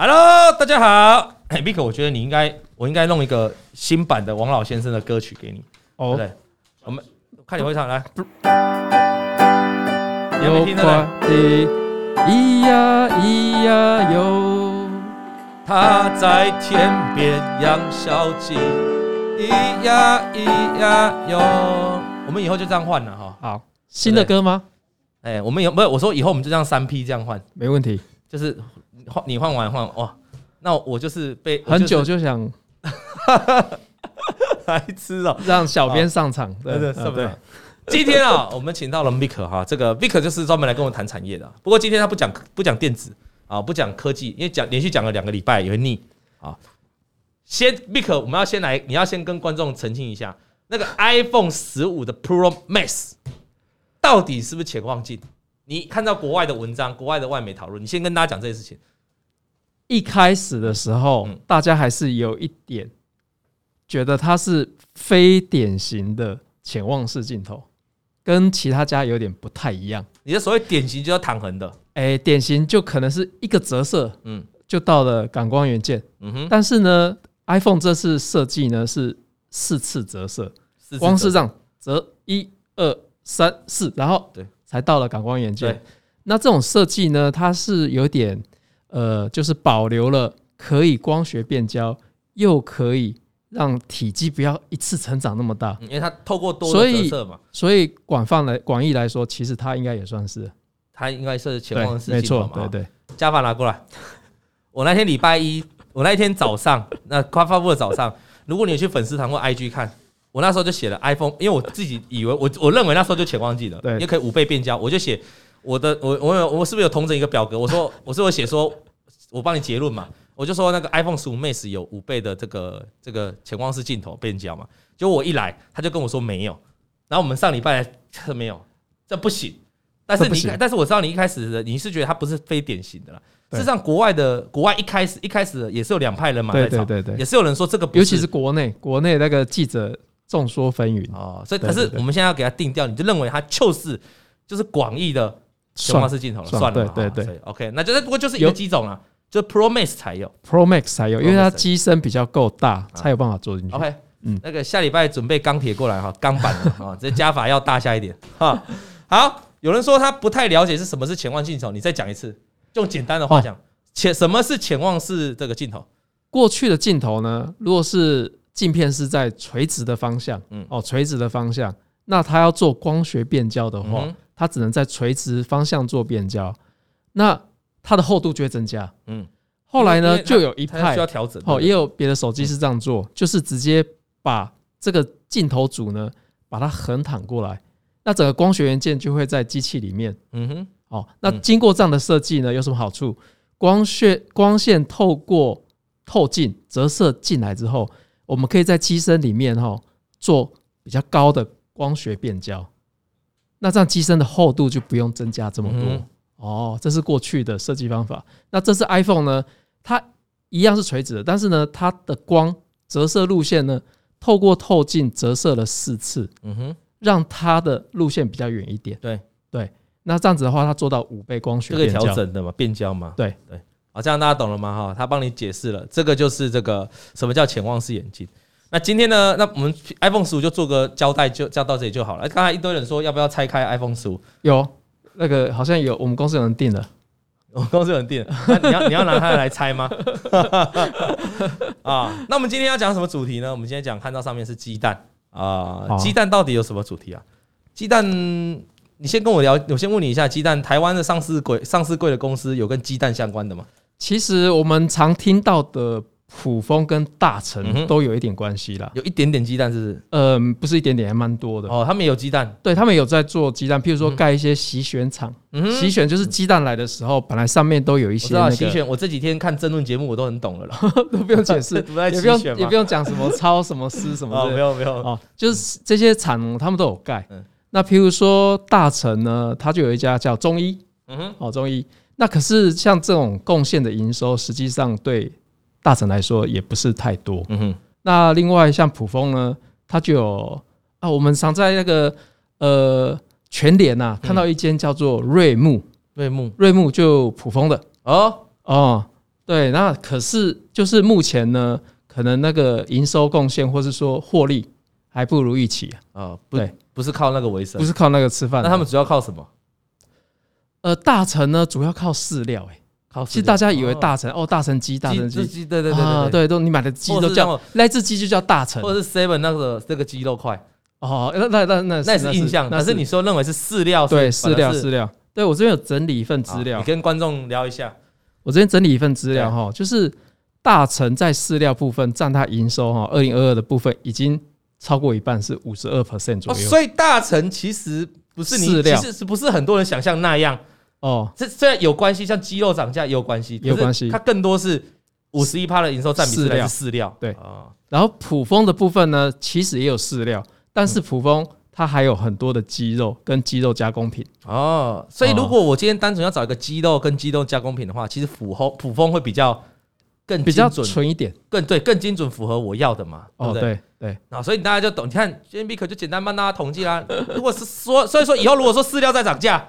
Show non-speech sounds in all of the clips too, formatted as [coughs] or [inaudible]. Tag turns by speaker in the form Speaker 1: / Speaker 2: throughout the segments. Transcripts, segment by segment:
Speaker 1: 大家好。哎，Vick，我觉得你应该，我应该弄一个新版的王老先生的歌曲给你，对不
Speaker 2: 哦，
Speaker 1: 对？我们看你会唱来，你还没
Speaker 2: 有
Speaker 1: 听对不对？
Speaker 2: 诶，咿呀咿呀哟，
Speaker 1: 他在天边养小鸡，咿呀咿呀哟。我们以后就这样换了哈。
Speaker 2: 好，新的歌吗？
Speaker 1: 哎、我们有没有？我说以后我们就这样三 P 这样换，
Speaker 2: 没问题，
Speaker 1: 就是换你换完换哇。那我就是被
Speaker 2: 很久
Speaker 1: 我 [laughs]
Speaker 2: 就想
Speaker 1: 就是白痴哦、
Speaker 2: 让小编上场，
Speaker 1: 真的
Speaker 2: 嗯
Speaker 1: 受不了
Speaker 2: 对。
Speaker 1: 啊今天啊，我们请到了 Vic 哈，这个 Vic 就是专门来跟我谈产业的。不过今天他不讲不讲电子啊，不讲科技，因为讲连续讲了两个礼拜也会腻啊。先 Vic，我们要先来，你要先跟观众澄清一下，那个 iPhone 十五的 Pro Max 到底是不是潜望镜？你看到国外的文章、国外的外媒讨论，你先跟大家讲这件事情。
Speaker 2: 一开始的时候
Speaker 1: 嗯，
Speaker 2: 大家还是有一点觉得它是非典型的潜望式镜头，跟其他家有点不太一样。
Speaker 1: 你的所谓典型就要躺横的，
Speaker 2: 诶，典型就可能是一个折射
Speaker 1: 嗯
Speaker 2: 就到了感光元件，
Speaker 1: 嗯哼，
Speaker 2: 但是呢，iPhone 这次设计呢是四次折射，
Speaker 1: 四
Speaker 2: 光是
Speaker 1: 这
Speaker 2: 这样折一二三四，然后
Speaker 1: 对
Speaker 2: 才到了感光元件
Speaker 1: 对。
Speaker 2: 那这种设计呢，它是有点呃，就是保留了可以光学变焦，又可以让体积不要一次成长那么大。
Speaker 1: 嗯因为它透过多
Speaker 2: 所
Speaker 1: 的折
Speaker 2: 以
Speaker 1: 射嘛，
Speaker 2: 所以广泛来广义来说，其实它应该也算是
Speaker 1: 它应该是潜
Speaker 2: 对
Speaker 1: 望式
Speaker 2: 没
Speaker 1: 镜头
Speaker 2: 错
Speaker 1: 嘛，，
Speaker 2: 对对。
Speaker 1: 加法拿过来。 [laughs] 我那天礼拜一，我那一天早上， [laughs] 那快发布的早上，如果你去粉丝团或 IG 看，我那时候就写了 iPhone，因为我自己以为我我认为那时候就潜望镜了，
Speaker 2: 对
Speaker 1: 也可以五倍变焦，我就写我的我我有我是不是有同整一个表格？我说我是我写说，我帮你结论嘛，我就说那个 iPhone 十五 Max 有五倍的这个这个潜望式镜头变焦嘛，结果我一来他就跟我说没有，然后我们上礼拜这没有，这不行。但是
Speaker 2: 这不
Speaker 1: 你
Speaker 2: 行
Speaker 1: 但是我知道你一开始的你是觉得它不是非典型的啦，事
Speaker 2: 对
Speaker 1: 实上，国外的国外一开始一开始也是有两派人马在
Speaker 2: 对
Speaker 1: 吵，
Speaker 2: 对对对
Speaker 1: 也是有人说这个不
Speaker 2: 尤其是国内，国内那个记者众说纷纭，
Speaker 1: 哦，所以
Speaker 2: 对
Speaker 1: 可是
Speaker 2: 对对
Speaker 1: 我们现在要给它定调，你就认为它就是就是广义的全望
Speaker 2: 算
Speaker 1: 式镜头了，
Speaker 2: 算
Speaker 1: 算了，
Speaker 2: 对对对
Speaker 1: 对，OK，那哦就是不过就是一个
Speaker 2: 有
Speaker 1: 机种啦，就是 Pro Max 才有
Speaker 2: Pro Max 才有，因为
Speaker 1: Pro Max 啊
Speaker 2: 它
Speaker 1: 才有
Speaker 2: 机身比较够大，才有办法做进去。
Speaker 1: ，OK，
Speaker 2: 嗯
Speaker 1: 那个下礼拜准备钢铁过来哈，钢板
Speaker 2: [laughs]
Speaker 1: 的哈，这加法要大下一点哈。好，有人说他不太了解是什么是潜望镜头，你再讲一次，用简单的话讲，潜什么是潜望式这个镜头？
Speaker 2: 过去的镜头呢，如果是镜片是在垂直的方向，
Speaker 1: 嗯
Speaker 2: 嗯，哦，垂直的方向，那它要做光学变焦的话，
Speaker 1: 嗯哼
Speaker 2: 它只能在垂直方向做变焦，那它的厚度就会增加。
Speaker 1: 嗯，
Speaker 2: 后来
Speaker 1: 因
Speaker 2: 呢，
Speaker 1: 为它
Speaker 2: 就有一
Speaker 1: 它
Speaker 2: 派
Speaker 1: 需要调整
Speaker 2: 哦，
Speaker 1: 对嗯
Speaker 2: 也有别的手机是这样做，就是直接把这个镜头组呢，把它横躺过来，那整个光学元件就会在机器里面。
Speaker 1: 不对嗯哼，
Speaker 2: 哦，那
Speaker 1: 嗯
Speaker 2: 经过这样的设计呢，有什么好处？光线光线透过透镜折射进来之后，我们可以在机身里面哈、哦、做比较高的光学变焦，那这样机身的厚度就不用增加这么多。
Speaker 1: 嗯
Speaker 2: 哦，这是过去的设计方法。那这次 iPhone 呢，它一样是垂直的，但是呢，它的光折射路线呢，透过透镜折射了四次，
Speaker 1: 嗯哼。
Speaker 2: 让它的路线比较远一点。
Speaker 1: 对
Speaker 2: 对，那这样子的话，它做到五倍光学
Speaker 1: 这个
Speaker 2: 变焦
Speaker 1: 调整的嘛，变焦嘛。
Speaker 2: 对
Speaker 1: 对，好，这样大家懂了吗？哈，他帮你解释了，这个就是这个什么叫潜望式眼镜。那今天呢，那我们 iPhone 十五就做个交代，就交到这里就好了。刚才一堆人说要不要拆开 iPhone 十五，
Speaker 2: 有那个好像有我们公司有人定了，
Speaker 1: 我 [laughs] 们公司有人定了，那你要你要拿它来拆吗？ [laughs] 啊，那我们今天要讲什么主题呢？我们今天讲看到上面是鸡蛋啊，
Speaker 2: 好
Speaker 1: 鸡蛋到底有什么主题啊？鸡蛋，你先跟我聊，我先问你一下，鸡蛋台湾的上市柜上市柜的公司有跟鸡蛋相关的吗？
Speaker 2: 其实我们常听到的普丰跟大
Speaker 1: 嗯哼
Speaker 2: 成都有一点关系啦。
Speaker 1: 有一点点鸡蛋是不是？
Speaker 2: 嗯、不是一点点，还蛮多的。
Speaker 1: 哦，他们也有鸡蛋，
Speaker 2: 对他们有在做鸡蛋，譬如说盖一些洗选厂，
Speaker 1: 嗯哼，
Speaker 2: 洗选就是鸡蛋来的时候，本来上面都有一
Speaker 1: 我
Speaker 2: 些
Speaker 1: 知道
Speaker 2: 那
Speaker 1: 洗
Speaker 2: 个，
Speaker 1: 选，我这几天看争论节目我都很懂
Speaker 2: [laughs]
Speaker 1: 了啦。
Speaker 2: 都不用
Speaker 1: [laughs]
Speaker 2: 解释，
Speaker 1: 不在
Speaker 2: 也
Speaker 1: 洗
Speaker 2: 不用
Speaker 1: 选
Speaker 2: 也
Speaker 1: 吗
Speaker 2: 不？用讲什么超什么湿什么
Speaker 1: 哦，
Speaker 2: 之类
Speaker 1: 没
Speaker 2: 的
Speaker 1: 有没有，
Speaker 2: 哦，就是这些厂他们都有盖
Speaker 1: 嗯。
Speaker 2: 那譬如说大成呢，它就有一家叫中医，
Speaker 1: 嗯哼，
Speaker 2: 哦，中医。那可是像这种贡献的营收，实际上对大成来说也不是太多。
Speaker 1: 嗯哼，
Speaker 2: 那另外像普丰呢，它就有啊，我们常在那个呃全联呐、
Speaker 1: 嗯
Speaker 2: 看到一间叫做瑞木，
Speaker 1: 瑞木
Speaker 2: 瑞木就普丰的
Speaker 1: 哦，
Speaker 2: 哦。对，那可是就是目前呢，可能那个营收贡献或是说获利还不如预期啊，
Speaker 1: 啊，不
Speaker 2: 对
Speaker 1: 不是靠那个为生
Speaker 2: 不，是靠那个吃饭
Speaker 1: 那
Speaker 2: 的。
Speaker 1: 他们主要靠什么？
Speaker 2: 呃大成呢，主要靠饲料、欸，
Speaker 1: 靠
Speaker 2: 其实大家以为
Speaker 1: 哦
Speaker 2: 大成哦大成鸡大成
Speaker 1: 鸡
Speaker 2: 鸡。
Speaker 1: 鸡对对
Speaker 2: 啊
Speaker 1: 对对
Speaker 2: 对，都你买的鸡
Speaker 1: 或者
Speaker 2: 都
Speaker 1: 是那
Speaker 2: 叫
Speaker 1: 种
Speaker 2: 那只鸡就叫大成
Speaker 1: 对，或者是 Seven 那个那个鸡肉块，
Speaker 2: 哦，那那那那
Speaker 1: 那也是印象。
Speaker 2: 那
Speaker 1: 但是你说认为是饲料，
Speaker 2: 对
Speaker 1: 反
Speaker 2: 饲
Speaker 1: 而
Speaker 2: 料
Speaker 1: 是
Speaker 2: 饲料，对我这边有整理一份资
Speaker 1: 好
Speaker 2: 料
Speaker 1: 你，跟观众聊一下。
Speaker 2: 我这边整理一份资料
Speaker 1: 对
Speaker 2: 哈，就是大成在饲料部分占它营收哈，二零二二的部分已经超过一半，是五十二 percent 左
Speaker 1: 哦，
Speaker 2: 右。
Speaker 1: 所以大成其实不是你，
Speaker 2: 饲
Speaker 1: 其
Speaker 2: 料
Speaker 1: 实是不是很多人想象那样？
Speaker 2: 哦，
Speaker 1: 这虽然有关系，像鸡肉涨价也有关系，
Speaker 2: 也有
Speaker 1: 可是
Speaker 2: 关系
Speaker 1: 它更多是五十一趴的营收占比是
Speaker 2: 饲料
Speaker 1: 来自饲料，
Speaker 2: 对
Speaker 1: 啊，
Speaker 2: 然后普丰的部分呢，其实也有饲料，但
Speaker 1: 嗯
Speaker 2: 是普丰它还有很多的鸡肉跟鸡肉加工品。
Speaker 1: 哦，所以
Speaker 2: 哦
Speaker 1: 如果我今天单纯要找一个鸡肉跟鸡肉加工品的话，其实普丰普丰会比较更
Speaker 2: 比较
Speaker 1: 精准，
Speaker 2: 纯一点。
Speaker 1: 更对更精准符合我要的嘛，对不
Speaker 2: 哦，
Speaker 1: 对？
Speaker 2: 对对，
Speaker 1: 啊，所以大家就懂，你看 J B 可就简单帮大家统计啦。 [laughs] 如果是说，所以说以后如果说饲料再涨价，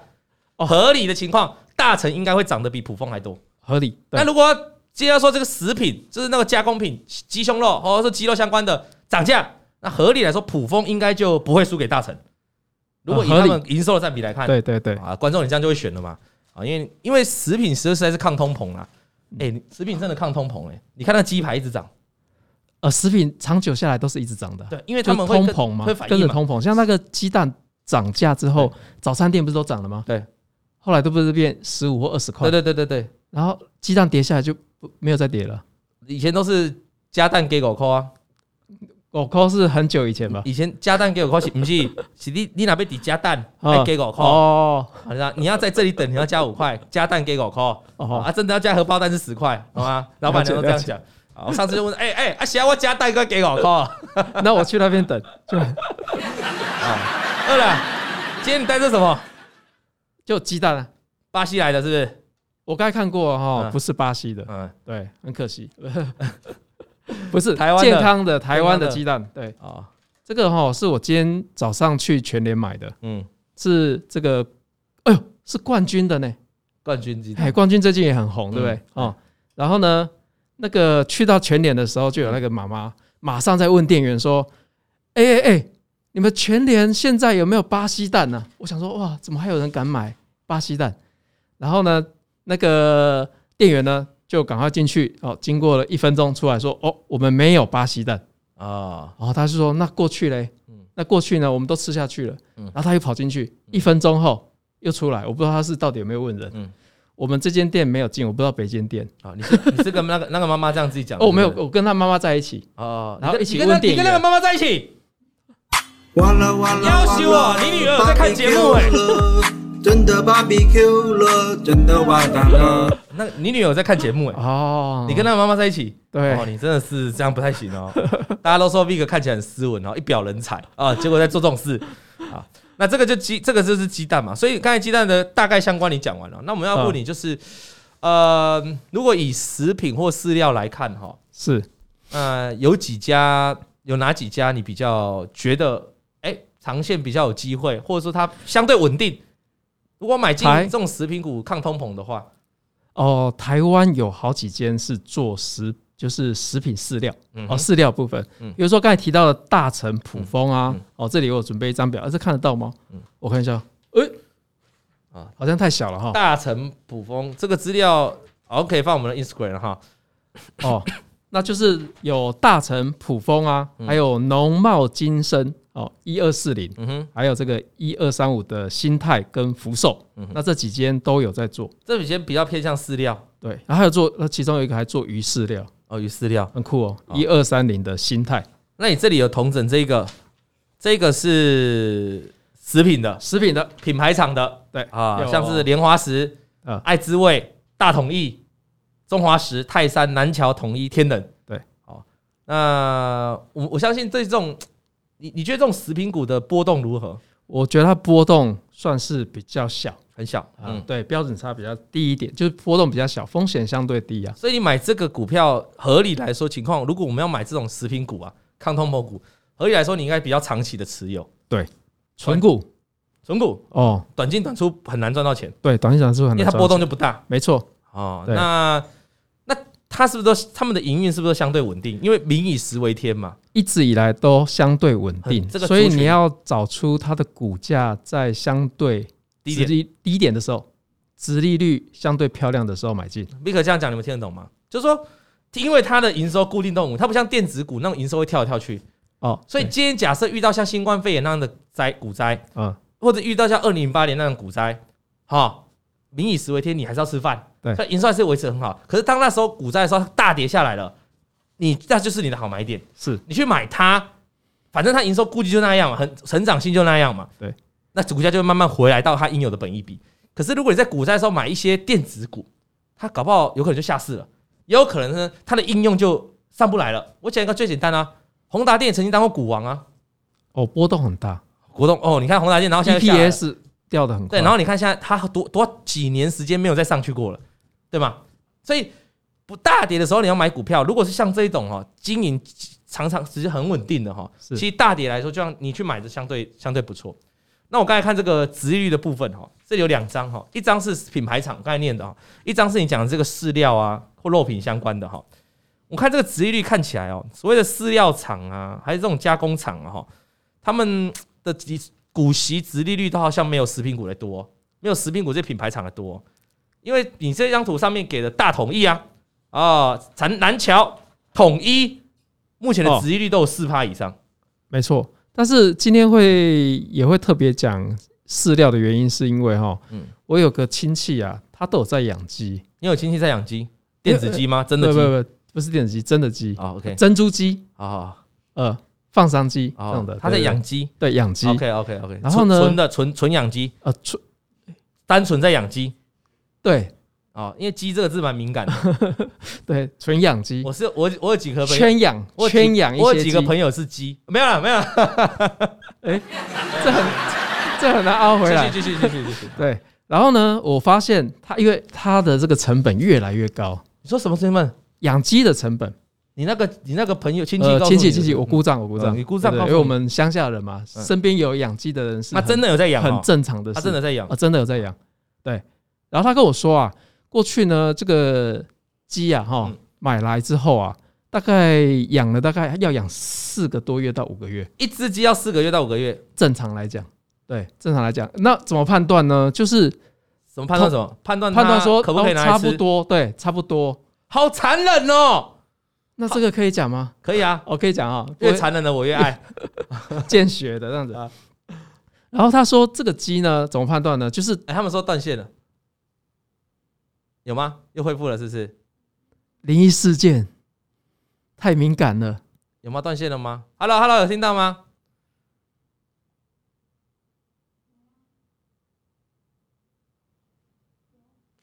Speaker 1: 哦合理的情况，大成应该会涨得比普丰还多。
Speaker 2: 合理。
Speaker 1: 那
Speaker 2: 对
Speaker 1: 如果今天要说这个食品，就是那个加工品，鸡胸肉或者说鸡肉相关的涨价，那合理来说，普丰应该就不会输给大成。如果以
Speaker 2: 合
Speaker 1: 他
Speaker 2: 理
Speaker 1: 们营收的占比来看，
Speaker 2: 对对对，
Speaker 1: 啊，观众你这样就会选了嘛？啊，因为因为食品实在是抗通膨啦。
Speaker 2: 嗯
Speaker 1: 哎、食品真的抗通膨哎、你看那鸡排一直涨，
Speaker 2: 呃，食品长久下来都是一直涨的啊，
Speaker 1: 对，因为
Speaker 2: 就
Speaker 1: 他
Speaker 2: 是
Speaker 1: 们会
Speaker 2: 通
Speaker 1: 跟
Speaker 2: 膨嘛
Speaker 1: 会，反
Speaker 2: 跟
Speaker 1: 应
Speaker 2: 着
Speaker 1: 嘛，
Speaker 2: 通膨。像那个鸡蛋涨价之后，早餐店不是都涨了吗？
Speaker 1: 对，
Speaker 2: 后来都不是变十五或二十块
Speaker 1: 对，对对对对，
Speaker 2: 然后鸡蛋跌下来就不没有再跌了。
Speaker 1: 以前都是加蛋给狗扣啊，
Speaker 2: 狗扣哦是很久以前吧？
Speaker 1: 以前加蛋给狗扣是不
Speaker 2: [laughs]
Speaker 1: 是？是你你哪边底加蛋
Speaker 2: 啊
Speaker 1: 还给狗扣？
Speaker 2: 哦
Speaker 1: 好啦，你要在这里等，你要加五块，加蛋给狗扣。哦、
Speaker 2: 哦，
Speaker 1: 啊，真的要加荷包蛋是十块，好吗？老板娘都这样讲。啊，我上次就问，哎、哎，阿、霞，我加蛋给给狗扣。[laughs]
Speaker 2: [laughs] 那我去那边等，就
Speaker 1: 饿了，今天你带这什么？
Speaker 2: 就有鸡蛋啊。
Speaker 1: 巴西来的是不是？
Speaker 2: 我刚才看过啊哈，
Speaker 1: 嗯
Speaker 2: 不是巴西的，
Speaker 1: 嗯，
Speaker 2: 对，很
Speaker 1: [laughs]
Speaker 2: 可惜，不是
Speaker 1: 台湾的
Speaker 2: 健康的台湾的
Speaker 1: 健
Speaker 2: 鸡蛋，对，
Speaker 1: 哦，
Speaker 2: 这个哈是我今天早上去全联买的，
Speaker 1: 嗯，
Speaker 2: 是这个，哎呦，是冠军的呢，
Speaker 1: 冠军鸡
Speaker 2: 哎，
Speaker 1: 蛋。
Speaker 2: 冠军最近也很红，对不对？
Speaker 1: 嗯
Speaker 2: 哦，然后呢，那个去到全联的时候，就有那个妈妈马上在问店员说：“哎哎哎，你们全联现在有没有巴西蛋呢、我想说，哇，怎么还有人敢买巴西蛋？然后呢，那个店员呢就赶快进去，哦，经过了一分钟出来说：“哦，我们没有巴西蛋。”
Speaker 1: 哦，
Speaker 2: 然后他就说：“那过去嘞
Speaker 1: 嗯，
Speaker 2: 那过去呢，我们都吃下去了。
Speaker 1: 嗯
Speaker 2: 然后他又跑进去，一分钟后又出来，我不知道他是到底有没有问人。
Speaker 1: 嗯
Speaker 2: 我们这间店没有进，我不知道北间店。
Speaker 1: 啊，你是你是跟那个那个妈妈这样自己讲的？
Speaker 2: 哦，我没有
Speaker 1: 是，不是
Speaker 2: 我跟他妈妈在一起。
Speaker 1: 哦，
Speaker 2: 然后
Speaker 1: 你跟
Speaker 2: 一起
Speaker 1: 你跟那
Speaker 2: 问店
Speaker 1: 你
Speaker 2: 员
Speaker 1: 跟那个妈妈在一起，
Speaker 3: 哇啦哇啦，
Speaker 1: 要死我你女儿有在看节目欸
Speaker 3: 了，真的 barbecue 了，真的完蛋了。
Speaker 1: 那你女友在看节目哎，
Speaker 2: 哦，
Speaker 1: 你跟那个妈妈在一起。
Speaker 2: 对
Speaker 1: 哦，你真的是这样不太行哦。 [laughs] 大家都说 Vic 看起来很斯文哦，一表人才啊，结果在做这种事啊。那这个就鸡，这个就是鸡蛋嘛。所以刚才鸡蛋的大概相关你讲完了，那我们要
Speaker 2: 嗯
Speaker 1: 问你就是，呃，如果以食品或饲料来看哈、
Speaker 2: 是
Speaker 1: 呃，有几家，有哪几家你比较觉得，哎、长线比较有机会，或者说它相对稳定？如果买进
Speaker 2: 台
Speaker 1: 这种食品股抗通膨的话，
Speaker 2: 哦，台湾有好几间是做食，就是食品饲料
Speaker 1: 嗯哼
Speaker 2: 哦，饲料部分
Speaker 1: 嗯，
Speaker 2: 比如说刚才提到的大成、普丰啊
Speaker 1: 嗯嗯，
Speaker 2: 哦，这里我有准备一张表，啊这看得到吗
Speaker 1: 嗯？
Speaker 2: 我看一下，诶，
Speaker 1: 啊
Speaker 2: 好像太小了哈。
Speaker 1: 大成、普丰这个资料，好，可以放我们的 Instagram 哈。
Speaker 2: 哦， [coughs] 那就是有大成、普丰啊，还有农贸金生哦，一二四零，
Speaker 1: 嗯哼。
Speaker 2: 还有这个一二三五的新泰跟福寿，
Speaker 1: 嗯
Speaker 2: 那这几间都有在做。
Speaker 1: 这笔钱比较偏向饲料
Speaker 2: 对，然后还有做，那其中有一个还做鱼饲料，
Speaker 1: 哦，鱼饲料。
Speaker 2: 很酷哦，一二三零的新泰
Speaker 1: 那你这里有同整这个，这个是食品的
Speaker 2: 食品的，
Speaker 1: 品牌厂的
Speaker 2: 对
Speaker 1: 啊，
Speaker 2: 有
Speaker 1: 像是莲花石、
Speaker 2: 啊
Speaker 1: 爱滋味、大统一、中华石、泰山、南桥、统一、天能。
Speaker 2: 对，
Speaker 1: 好，那我我相信对这种，你你觉得这种食品股的波动如何？
Speaker 2: 我觉得它波动算是比较小
Speaker 1: 很小，
Speaker 2: 啊，
Speaker 1: 嗯，
Speaker 2: 对，标准差比较低一点，就是波动比较小，风险相对低啊。
Speaker 1: 所以你买这个股票，合理来说情况，如果我们要买这种食品股啊，抗通膨股，合理来说你应该比较长期的持有，
Speaker 2: 纯股
Speaker 1: 存股
Speaker 2: 哦，
Speaker 1: 短进短出很难赚到钱，
Speaker 2: 对，短线上是不是很
Speaker 1: 因为它
Speaker 2: 难赚钱？
Speaker 1: 波动就不大
Speaker 2: 没错，
Speaker 1: 哦。
Speaker 2: 对
Speaker 1: 那那它是不是都他们的营运是不是都相对稳定？因为民以食为天嘛，
Speaker 2: 一直以来都相对稳定
Speaker 1: 很，这个
Speaker 2: 所以
Speaker 1: 族群
Speaker 2: 你要找出它的股价在相对
Speaker 1: 低
Speaker 2: 殖
Speaker 1: 点。
Speaker 2: 利低点的时候，殖利率相对漂亮的时候买进。
Speaker 1: 米可这样讲，你们听得懂吗？就是说，因为它的营收固定动物，它不像电子股那种营收会跳来跳去，
Speaker 2: 哦，
Speaker 1: 所以
Speaker 2: 对
Speaker 1: 今天假设遇到像新冠肺炎那样的灾股灾，
Speaker 2: 嗯，
Speaker 1: 或者遇到像二零零八年那种股灾，哈、民以食为天，你还是要吃饭，
Speaker 2: 对
Speaker 1: 所以营收还是维持得很好。可是当那时候股灾的时候它大跌下来了，你那就是你的好买点，
Speaker 2: 是
Speaker 1: 你去买它，反正它营收估计就那样嘛，很成长性就那样嘛，
Speaker 2: 对，
Speaker 1: 那股价就会慢慢回来到它应有的本益比。可是如果你在股灾的时候买一些电子股，它搞不好有可能就下市了，也有可能呢，它的应用就上不来了。我讲一个最简单啊，宏达电也曾经当过股王啊，
Speaker 2: 哦，波动很大
Speaker 1: 股东哦，你看宏达电，然后现在下来了
Speaker 2: ，EPS 掉的很快。
Speaker 1: 对，然后你看现在它多多几年时间没有再上去过了，对吗？所以不大跌的时候你要买股票，如果是像这一种哈、哦，经营常常只是很稳定的哈、哦，
Speaker 2: 是
Speaker 1: 其实大跌来说，就像你去买的相对相对不错。那我刚才看这个值利率的部分哈、哦，这里有两张哈、哦，一张是品牌厂概念的哈、哦，一张是你讲的这个饲料啊或肉品相关的哈、哦。我看这个值利率看起来哦，所谓的饲料厂啊，还是这种加工厂啊哈、哦，他们的集股息值利率都好像没有食品股的多，没有食品股这些品牌厂的多，因为你这张图上面给的大统一啊，啊，南南桥统一目前的
Speaker 2: 哦
Speaker 1: 值利率都有四趴以上，
Speaker 2: 没错，但是今天会也会特别讲饲料的原因，是因为哈，
Speaker 1: 嗯
Speaker 2: 我有个亲戚啊，他都有在养鸡，
Speaker 1: 你有亲戚在养鸡，电子鸡吗？真的
Speaker 2: 呃不
Speaker 1: 鸡？
Speaker 2: 不不，不是电子鸡，真的鸡，
Speaker 1: 哦，OK，
Speaker 2: 珍珠鸡，
Speaker 1: 好好
Speaker 2: 呃，放山鸡这
Speaker 1: 好
Speaker 2: 样的，
Speaker 1: 哦他在
Speaker 2: 对
Speaker 1: 养鸡
Speaker 2: 对养鸡，
Speaker 1: ，OK OK OK，
Speaker 2: 然后呢
Speaker 1: 纯的纯纯养鸡，
Speaker 2: 呃，出
Speaker 1: 单纯在养鸡
Speaker 2: 对
Speaker 1: 哦，因为鸡这个字蛮敏
Speaker 2: [laughs]
Speaker 1: 感的，
Speaker 2: 对纯养鸡，
Speaker 1: 我是我我有几个朋友。
Speaker 2: 圈养
Speaker 1: 我有几
Speaker 2: 圈养一
Speaker 1: 我
Speaker 2: 些
Speaker 1: 有几个
Speaker 2: 鸡
Speaker 1: 朋友是鸡，没有了，没有了，
Speaker 2: 这很这很难凹回来。
Speaker 1: 继续继续继续继续。
Speaker 2: 对，然后呢，我发现它因为它的这个成本越来越高，
Speaker 1: 你说什么？同学们，
Speaker 2: 养鸡的成本，
Speaker 1: 你那个你那个朋友亲戚
Speaker 2: 呃
Speaker 1: 告诉
Speaker 2: 亲
Speaker 1: 你
Speaker 2: 戚
Speaker 1: 的
Speaker 2: 亲戚，我姑丈我姑丈，
Speaker 1: 嗯你姑丈
Speaker 2: 对对
Speaker 1: 告诉
Speaker 2: 因为我
Speaker 1: 你
Speaker 2: 们乡下人嘛，
Speaker 1: 嗯
Speaker 2: 身边有养鸡的人是
Speaker 1: 他真
Speaker 2: 的
Speaker 1: 的有在养哦，
Speaker 2: 很正常的事，
Speaker 1: 他真的在养哦
Speaker 2: 啊，真的有在养。对，然后他跟我说啊，过去呢这个鸡啊哈
Speaker 1: 嗯
Speaker 2: 买来之后啊，大概养了大概要养四个多月到五个月，
Speaker 1: 一只鸡要四个月到五个月，
Speaker 2: 正常来讲，对，正常来讲，那怎么判断呢？就是
Speaker 1: 怎么判断什么？判断它
Speaker 2: 判断说
Speaker 1: 可不可以
Speaker 2: 哦
Speaker 1: 拿来
Speaker 2: 差不
Speaker 1: 吃？
Speaker 2: 多，对，差不多。
Speaker 1: 好残忍哦！
Speaker 2: 那这个可以讲吗？
Speaker 1: 可以啊，
Speaker 2: 我可以讲啊，
Speaker 1: [laughs] 越残忍的我越
Speaker 2: [laughs]
Speaker 1: 爱。
Speaker 2: 见血的这 [laughs] 样子。然后他说这个鸡呢怎么判断呢？就是
Speaker 1: 哎，他们说断线了，有吗？又恢复了是不是？
Speaker 2: 灵异事件太敏感了，
Speaker 1: 有吗？断线了吗？Hello Hello，有听到吗？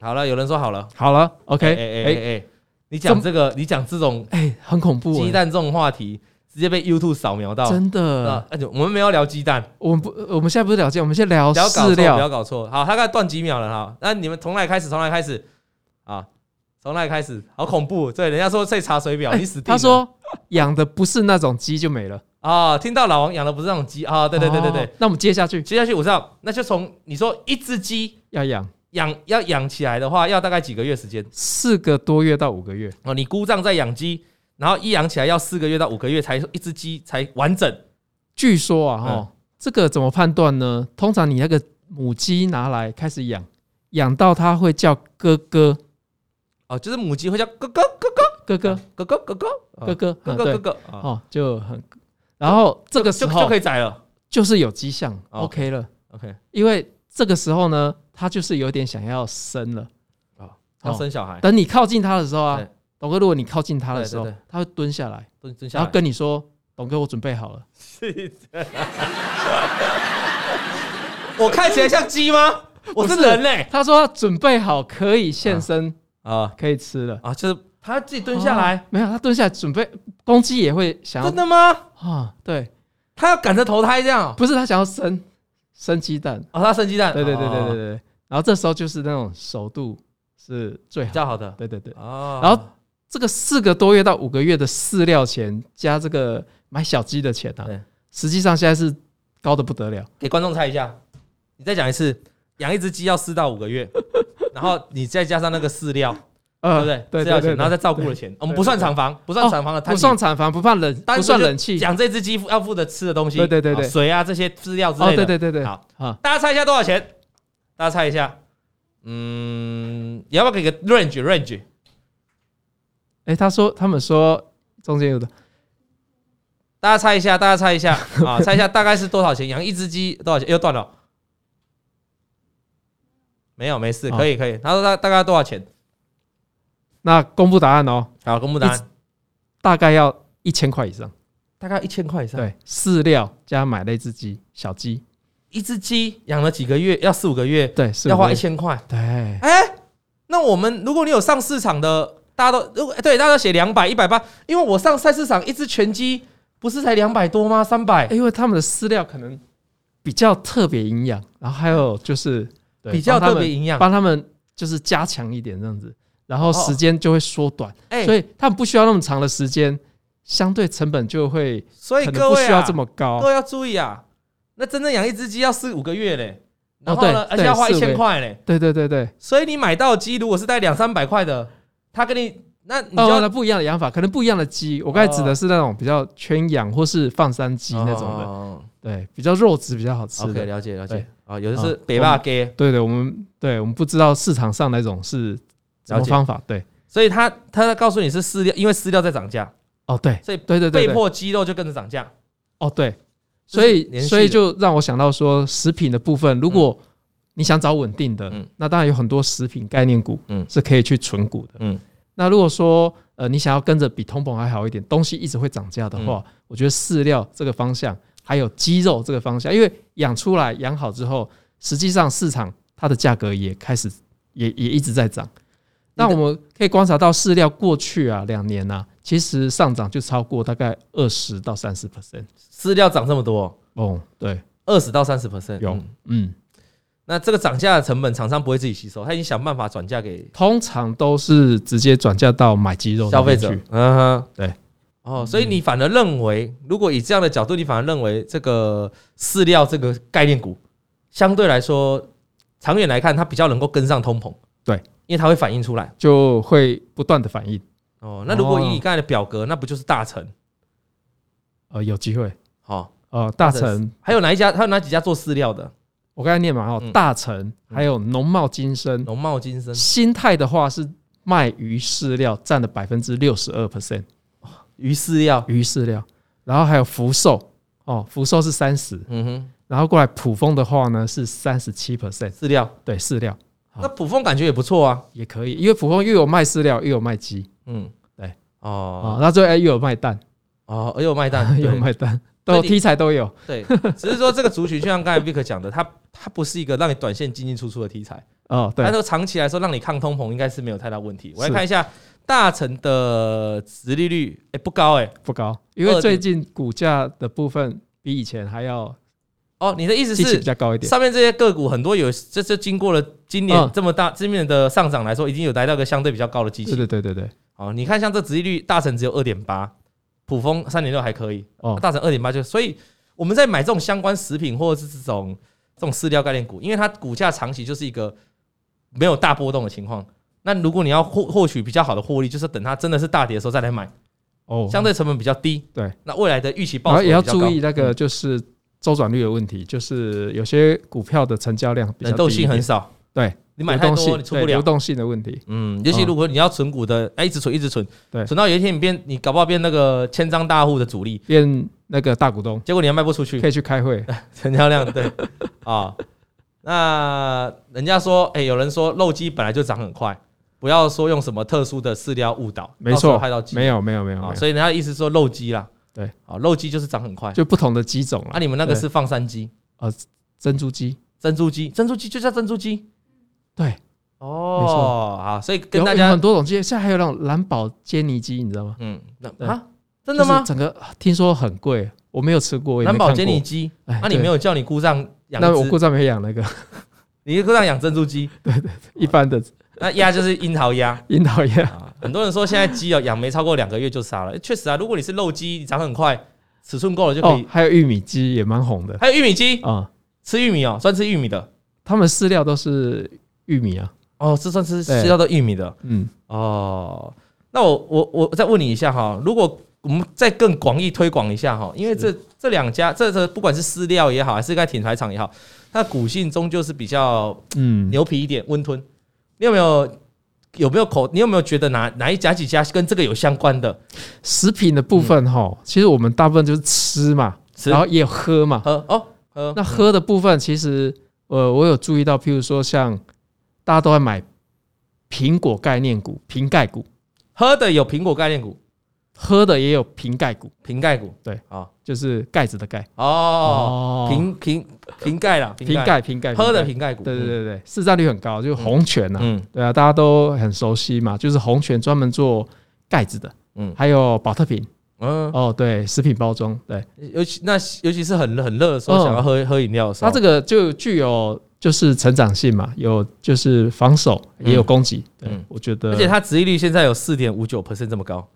Speaker 1: 好了，有人说好了。
Speaker 2: 好了，OK，
Speaker 1: 哎
Speaker 2: 哎、
Speaker 1: 哎哎哎，你讲这个，你讲这种
Speaker 2: 很恐怖、
Speaker 1: 鸡
Speaker 2: 欸，
Speaker 1: 蛋这种话题，直接被 YouTube 扫描到。
Speaker 2: 真的
Speaker 1: 啊，，而且我们没有聊鸡蛋，
Speaker 2: 我们不，我们现在不是了解，我们先聊
Speaker 1: 不要搞错，
Speaker 2: 饲
Speaker 1: 不要
Speaker 2: 料，
Speaker 1: 搞错。好，大概断几秒了哈。那你们从哪里开始？从哪里开始？啊，从哪里开始？好恐怖！对，人家说最查水表，你死定了。
Speaker 2: 哎他说养的不是那种鸡就没了，
Speaker 1: 啊，听到老王养的不是那种鸡啊，对对对对对
Speaker 2: 哦。那我们接下去
Speaker 1: 接下去我知道，那就从你说一只鸡
Speaker 2: 要养
Speaker 1: 养要养起来的话，要大概几个月时间
Speaker 2: 四个多月到五个月，
Speaker 1: 哦，你姑丈在养鸡，然后一养起来要四个月到五个月才一只鸡才完整。
Speaker 2: 据说啊，哈、
Speaker 1: 嗯
Speaker 2: 这个怎么判断呢？通常你那个母鸡拿来开始养，养到它会叫哥哥，
Speaker 1: 哦，就是母鸡会叫咯咯咯咯
Speaker 2: 哥哥，
Speaker 1: 咯咯咯咯啊
Speaker 2: 哥哥，
Speaker 1: 咯
Speaker 2: 啊
Speaker 1: 咯咯
Speaker 2: 对，
Speaker 1: 咯啊，
Speaker 2: 哦，就很。然后这个时
Speaker 1: 就就
Speaker 2: 候
Speaker 1: 可以宰了。
Speaker 2: 就是有迹象
Speaker 1: 哦
Speaker 2: ，OK 了，
Speaker 1: OK，
Speaker 2: 因为这个时候呢，它就是有点想要生了。
Speaker 1: 啊，要生小孩，
Speaker 2: 等你靠近它的时候啊
Speaker 1: 对，
Speaker 2: 董哥，如果你靠近它的
Speaker 1: 对对
Speaker 2: 时候
Speaker 1: 对，
Speaker 2: 它会蹲下来，
Speaker 1: 蹲蹲下
Speaker 2: 然
Speaker 1: 来 [laughs]
Speaker 2: 后。跟你说：“董哥，我准备好了。
Speaker 1: 我看起来像鸡吗？我是
Speaker 2: 不是
Speaker 1: 人欸嘞、”
Speaker 2: 他说：“准备好，可以现身，
Speaker 1: 啊
Speaker 2: 可以吃了。”
Speaker 1: 啊，就是他自己蹲下来，
Speaker 2: 哦没有，他蹲下来准备，公鸡也会想要
Speaker 1: 真的吗？
Speaker 2: 啊，对，
Speaker 1: 他要赶着投胎这样哦？
Speaker 2: 不是他想要生生鸡蛋，
Speaker 1: 哦，他生鸡蛋，
Speaker 2: 对对对对对
Speaker 1: 哦，
Speaker 2: 对。然后这时候就是那种熟度是最
Speaker 1: 比
Speaker 2: 好的，
Speaker 1: 较好的
Speaker 2: 对对对。
Speaker 1: 哦。
Speaker 2: 然后这个四个多月到五个月的饲料钱加这个买小鸡的钱啊
Speaker 1: 对，
Speaker 2: 实际上现在是高的不得了，
Speaker 1: 给观众猜一下， [laughs] 你再讲一次，养一只鸡要四到五个月，然后你再加上那个饲料，对
Speaker 2: 呃
Speaker 1: 不对？
Speaker 2: 对
Speaker 1: 治疗
Speaker 2: 对
Speaker 1: 钱，
Speaker 2: 对，
Speaker 1: 然后
Speaker 2: 再
Speaker 1: 再照顾的钱，哦我们不算厂房，哦不算厂房的摊
Speaker 2: 不
Speaker 1: 底，
Speaker 2: 算产房，不算冷，
Speaker 1: 单纯
Speaker 2: 不算
Speaker 1: 就
Speaker 2: 冷气。
Speaker 1: 讲这只鸡要付的吃的东西，
Speaker 2: 对对对对
Speaker 1: 啊水啊这些饲料之
Speaker 2: 哦，
Speaker 1: 类的。
Speaker 2: 对对对对，
Speaker 1: 好
Speaker 2: 啊，
Speaker 1: 大家猜一下多少钱？大家猜一下，嗯，你要不要给个 range range？
Speaker 2: 哎，他说他们说中间有的
Speaker 1: 大家猜一下，大家猜一
Speaker 2: [laughs]
Speaker 1: 下啊，猜一下大概是多少钱？养一只鸡多少钱？又断了。没有，没事，
Speaker 2: 好
Speaker 1: 可以可以。他说大大概多少钱？
Speaker 2: 那公布答案哦，
Speaker 1: 好，公布答
Speaker 2: 一
Speaker 1: 案，
Speaker 2: 大概要一千块以上。
Speaker 1: 大概一千块以上。
Speaker 2: 对，饲料加买那只鸡，小鸡，
Speaker 1: 一只鸡养了几个月，要四五个月，
Speaker 2: 对，是
Speaker 1: 要花一
Speaker 2: 五
Speaker 1: 千块。
Speaker 2: 个月。对，
Speaker 1: 哎、那我们如果你有上市场的，大家都如果哎对大家都写两百一百八，因为我上菜市场一只全鸡不是才两百多吗？三百、
Speaker 2: 因为他们的饲料可能比较特别营养，然后还有就是对
Speaker 1: 比较
Speaker 2: 帮他
Speaker 1: 特
Speaker 2: 们
Speaker 1: 别营养。
Speaker 2: 帮他们就是加强一点这样子，然后
Speaker 1: 哦
Speaker 2: 时间就会缩短，
Speaker 1: 哎、
Speaker 2: 所以他们不需要那么长的时间，相对成本就会
Speaker 1: 所以
Speaker 2: 可
Speaker 1: 各
Speaker 2: 能不
Speaker 1: 位
Speaker 2: 需要
Speaker 1: 啊，
Speaker 2: 这么高
Speaker 1: 各。位要注意啊，那真正养一只鸡要四五个月嘞，然
Speaker 2: 哦
Speaker 1: 后呢，
Speaker 2: 对
Speaker 1: 而且要花
Speaker 2: 对
Speaker 1: 一
Speaker 2: 四五个月
Speaker 1: 千块嘞，
Speaker 2: 对对对对，
Speaker 1: 所以你买到的鸡如果是带两三百块的，他跟你那你就哦
Speaker 2: 哦，
Speaker 1: 要
Speaker 2: 那不一样的养法，可能不一样的鸡。我刚才指的是那种比较圈养或是放山鸡那种的，
Speaker 1: 哦
Speaker 2: 对，比较肉质比较好吃
Speaker 1: OK，
Speaker 2: 的。
Speaker 1: 了解了解
Speaker 2: 对。
Speaker 1: 啊，有的是
Speaker 2: 啊
Speaker 1: 北霸给，
Speaker 2: 对对，我们对我们不知道市场上那种是什
Speaker 1: 了
Speaker 2: 么
Speaker 1: 解
Speaker 2: 方法。对，
Speaker 1: 所以他他告诉你是饲料，因为饲料在涨价，
Speaker 2: 哦对，
Speaker 1: 所以
Speaker 2: 对对对
Speaker 1: 被
Speaker 2: 对，
Speaker 1: 迫鸡肉就跟着涨价。
Speaker 2: 哦对，
Speaker 1: 这
Speaker 2: 所
Speaker 1: 是
Speaker 2: 以
Speaker 1: 连续
Speaker 2: 所以
Speaker 1: 的
Speaker 2: 就让我想到说，食品的部分，如果你想找稳定的，
Speaker 1: 嗯
Speaker 2: 那当然有很多食品概念股，
Speaker 1: 嗯
Speaker 2: 是可以去存股的。
Speaker 1: 嗯，
Speaker 2: 那如果说呃你想要跟着比通膨还好一点，东西一直会涨价的
Speaker 1: 嗯
Speaker 2: 话，我觉得饲料这个方向，还有鸡肉这个方向，因为养出来养好之后，实际上市场它的价格也开始也也一直在涨。那我们可以观察到饲料过去啊两年啊，其实上涨就超过大概二十到三十 percent。
Speaker 1: 饲料涨这么多，
Speaker 2: 哦，对，
Speaker 1: 二十到三十 percent
Speaker 2: 有，嗯，
Speaker 1: 那这个涨价的成本，厂商不会自己吸收，他已经想办法转嫁给
Speaker 2: 通常都是直接转嫁到买鸡肉那
Speaker 1: 消费
Speaker 2: 边
Speaker 1: 者
Speaker 2: 去。。
Speaker 1: 嗯哼，
Speaker 2: 对。
Speaker 1: 哦，所以你反而认为，如果以这样的角度，你反而认为这个饲料这个概念股，相对来说，长远来看，它比较能够跟上通膨。
Speaker 2: 对，
Speaker 1: 因为它会反映出来。
Speaker 2: 就会不断的反应，
Speaker 1: 哦，那如果以
Speaker 2: 哦
Speaker 1: 你刚才的表格，那不就是大成？
Speaker 2: 呃，有机会，
Speaker 1: 好、哦，
Speaker 2: 呃，大
Speaker 1: 大
Speaker 2: 成，
Speaker 1: 还有哪一家？还有哪几家做饲料的？
Speaker 2: 我刚才念嘛，哦
Speaker 1: 嗯，
Speaker 2: 大成，还有农贸金生，
Speaker 1: 农贸金生、
Speaker 2: 新泰的话是卖鱼饲料占了百分之六十二 percent，
Speaker 1: 鱼饲料。
Speaker 2: 鱼饲料，然后还有福寿，哦，福寿是三十，
Speaker 1: 嗯哼，
Speaker 2: 然后过来普丰的话呢是三十七 percent，
Speaker 1: 饲料。
Speaker 2: 对，饲料好
Speaker 1: 那普丰感觉也不错啊。
Speaker 2: 也可以，因为普丰又有卖饲料，又有卖鸡，
Speaker 1: 嗯，
Speaker 2: 对。
Speaker 1: 哦
Speaker 2: 啊，那最后哎又有卖蛋， [laughs]
Speaker 1: 哦，也有卖蛋，
Speaker 2: 又有
Speaker 1: 对
Speaker 2: 卖蛋，
Speaker 1: 所以
Speaker 2: 都
Speaker 1: 你
Speaker 2: 题材都有，
Speaker 1: 对，只是说这个族群，就像刚才 Vic 讲的，它它不是一个让你短线进进出出的题材，
Speaker 2: 哦，对
Speaker 1: 但，是长期来说，让你抗通膨应该是没有太大问题。我来
Speaker 2: 是
Speaker 1: 看一下大成的殖利率，哎、不高哎、
Speaker 2: 不高，因为最近股价的部分比以前还要
Speaker 1: 哦，你的意思
Speaker 2: 基期
Speaker 1: 是
Speaker 2: 比较高一点。
Speaker 1: 上面这些个股很多有，这这经过了今年
Speaker 2: 嗯
Speaker 1: 这么大今年的上涨来说，已经有来到一个相对比较高的基
Speaker 2: 对
Speaker 1: 期。
Speaker 2: 对对对对，
Speaker 1: 哦，你看像这殖利率，大成只有二点八，普丰三点六还可以，
Speaker 2: 哦，
Speaker 1: 大成二点八就，所以我们在买这种相关食品或者是这种这种饲料概念股，因为它股价长期就是一个没有大波动的情况。那如果你要获获取比较好的获利，就是等它真的是大跌的时候再来买，
Speaker 2: 哦，
Speaker 1: 相对成本比较低。
Speaker 2: 对，
Speaker 1: 那未来的预期
Speaker 2: 然
Speaker 1: 报
Speaker 2: 后
Speaker 1: 酬
Speaker 2: 也要
Speaker 1: 比较高
Speaker 2: 注意那个
Speaker 1: 嗯
Speaker 2: 就是周转率的问题，就是有些股票的成交量比较
Speaker 1: 能动
Speaker 2: 低一
Speaker 1: 性很
Speaker 2: 点
Speaker 1: 少，
Speaker 2: 对，
Speaker 1: 你买
Speaker 2: 流
Speaker 1: 太
Speaker 2: 动
Speaker 1: 多
Speaker 2: 性
Speaker 1: 你出不
Speaker 2: 对流
Speaker 1: 了。
Speaker 2: 动性的问题，
Speaker 1: 嗯，尤其如果你要存股的，哎，一直存一直存，
Speaker 2: 对
Speaker 1: 存到有一天你变，你搞不好变那个千张大户的主力，
Speaker 2: 变那个大股东
Speaker 1: 结果你还卖不
Speaker 2: [laughs]
Speaker 1: 出去
Speaker 2: 可，以去开会，
Speaker 1: 成交量嗯对 [laughs] 啊、那人家说，哎、有人说肉鸡本来就涨很快，不要说用什么特殊的饲料误导，
Speaker 2: 没
Speaker 1: 到时候
Speaker 2: 错
Speaker 1: 害到，鸡
Speaker 2: 没有没有没有
Speaker 1: 啊、
Speaker 2: 没有，
Speaker 1: 所以人家意思说肉鸡啦，
Speaker 2: 对
Speaker 1: 啊、肉鸡就是涨很快。
Speaker 2: 就不同的鸡种
Speaker 1: 啊，
Speaker 2: 了，
Speaker 1: 你们那个是放山鸡、
Speaker 2: 珍珠鸡，
Speaker 1: 珍珠鸡，珍珠鸡就叫珍珠鸡
Speaker 2: 对，没
Speaker 1: 哦
Speaker 2: 错
Speaker 1: 啊，所以
Speaker 2: 有
Speaker 1: 跟大
Speaker 2: 有
Speaker 1: 家
Speaker 2: 很多种鸡，现在还有那种蓝宝坚尼鸡，你知道吗？
Speaker 1: 嗯，那
Speaker 2: 对
Speaker 1: 啊，真的
Speaker 2: 就是
Speaker 1: 吗？
Speaker 2: 整个啊听说很贵，我没有吃过，我也没
Speaker 1: 蓝宝
Speaker 2: 看
Speaker 1: 坚尼
Speaker 2: 过，
Speaker 1: 鸡，
Speaker 2: 哎
Speaker 1: 啊，你
Speaker 2: 对
Speaker 1: 没有叫你姑丈养
Speaker 2: 那我
Speaker 1: 一
Speaker 2: 姑
Speaker 1: 只，
Speaker 2: 丈没养那个 [laughs]
Speaker 1: 你姑丈养珍珠鸡，
Speaker 2: 一般的
Speaker 1: 那鸭就是樱桃鸭。
Speaker 2: 樱桃鸭。
Speaker 1: 啊，很多人说现在鸡哦养没超过两个月就杀了，诶确实啊，如果你是肉鸡，你长很快，尺寸够了就可
Speaker 2: 哦
Speaker 1: 以。，嗯
Speaker 2: 还有玉米鸡也蛮红的
Speaker 1: 还有玉米鸡，哦
Speaker 2: 啊、
Speaker 1: 吃玉米哦，专吃玉米的
Speaker 2: 他们饲料都是玉米啊，
Speaker 1: 哦，这算是
Speaker 2: 对
Speaker 1: 吃到的玉米的
Speaker 2: 嗯，
Speaker 1: 哦。那我我我再问你一下哈，如果我们再更广义推广一下哈，因为这这两家，这这不管是饲料也好，还是该品牌厂也好，它的骨性终究是比较
Speaker 2: 嗯，
Speaker 1: 牛皮一点，温吞。你有没有有没有口？你有没有觉得哪哪一家几家跟这个有相关的？
Speaker 2: 食品的部
Speaker 1: 嗯
Speaker 2: 分哈，其实我们大部分就是吃嘛，
Speaker 1: 吃
Speaker 2: 然后也有喝嘛。
Speaker 1: 喝哦喝
Speaker 2: 那喝的部分，其实呃，我有注意到，譬如说像大家都在买苹果概念股、瓶盖股，
Speaker 1: 喝的有苹果概念股、
Speaker 2: 喝的也有瓶盖股，
Speaker 1: 瓶盖股，
Speaker 2: 对
Speaker 1: 啊
Speaker 2: 就是盖子的盖
Speaker 1: 哦，瓶瓶瓶盖啦，
Speaker 2: 瓶盖瓶盖
Speaker 1: 喝的瓶盖股，
Speaker 2: 对对对对，市占率很高，就是红泉呐、啊，
Speaker 1: 嗯
Speaker 2: 对啊，大家都很熟悉嘛，就是红泉专门做盖子的，
Speaker 1: 嗯
Speaker 2: 还有保特瓶，
Speaker 1: 嗯，
Speaker 2: 哦，对，食品包装，对，
Speaker 1: 尤其那尤其是很很热的时候，
Speaker 2: 嗯
Speaker 1: 想要喝喝饮料的时
Speaker 2: 它
Speaker 1: 候，
Speaker 2: 这个就具有就是成长性嘛，有就是防守，也有攻击，
Speaker 1: 嗯
Speaker 2: 对
Speaker 1: 嗯，
Speaker 2: 我觉得，
Speaker 1: 而且它殖利率现在有四点五九 percent 这么高，